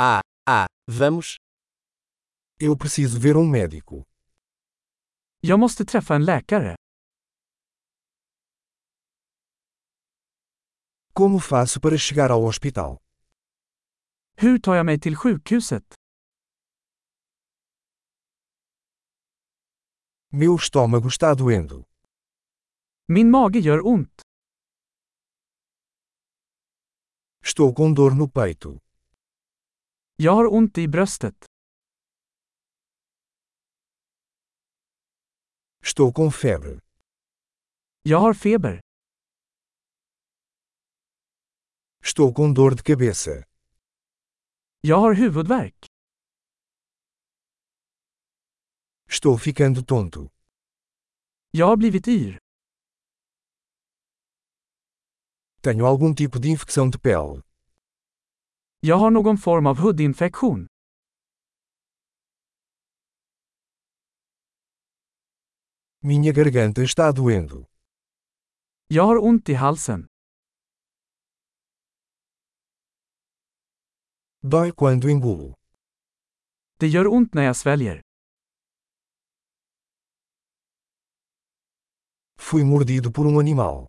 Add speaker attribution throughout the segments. Speaker 1: Ah, ah, vamos.
Speaker 2: Eu preciso ver um médico.
Speaker 3: Jag måste träffa en läkare.
Speaker 2: Como faço para chegar ao hospital?
Speaker 3: Hur tar jag mig till sjukhuset?
Speaker 2: Meu estômago está doendo.
Speaker 3: Min mage gör ont.
Speaker 2: Estou com dor no peito.
Speaker 3: Jag har ont i bröstet.
Speaker 2: Estou com febre.
Speaker 3: Jag har feber.
Speaker 2: Estou com dor de cabeça.
Speaker 3: Jag har huvudvärk.
Speaker 2: Estou ficando tonto.
Speaker 3: Jag har blivit yr.
Speaker 2: Tenho algum tipo de infecção de pele.
Speaker 3: Jag har någon form av hudinfektion.
Speaker 2: Minha garganta está doendo.
Speaker 3: Jag har ont i halsen.
Speaker 2: Dói quando engulo.
Speaker 3: Det gör ont när jag sväljer.
Speaker 2: Fui mordido por um animal.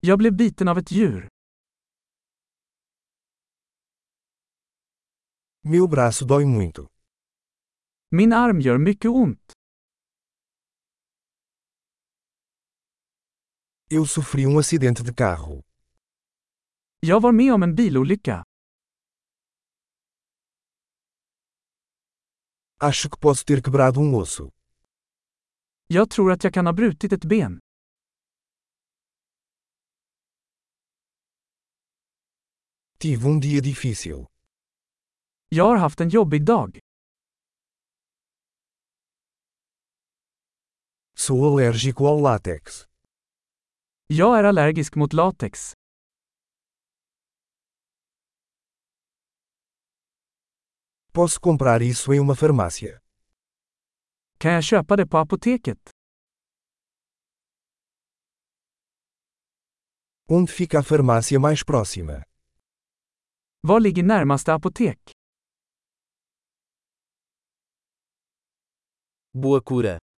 Speaker 3: Jag blev biten av ett djur.
Speaker 2: Meu braço dói muito.
Speaker 3: Min arm gör mycket ont.
Speaker 2: Eu sofri um acidente de carro.
Speaker 3: Jag var med om en bilolycka.
Speaker 2: Acho que posso ter quebrado um osso.
Speaker 3: Jag tror att jag kan ha brutit ett ben.
Speaker 2: Tive um dia difícil.
Speaker 3: Jag har haft en jobbig dag.
Speaker 2: Sou alérgico ao látex.
Speaker 3: Jag är allergisk mot latex.
Speaker 2: Posso comprar isso em uma farmácia.
Speaker 3: Kan jag köpa det på apoteket?
Speaker 2: Onde fica a farmácia mais próxima?
Speaker 3: Var ligger närmaste apotek?
Speaker 1: Boa cura.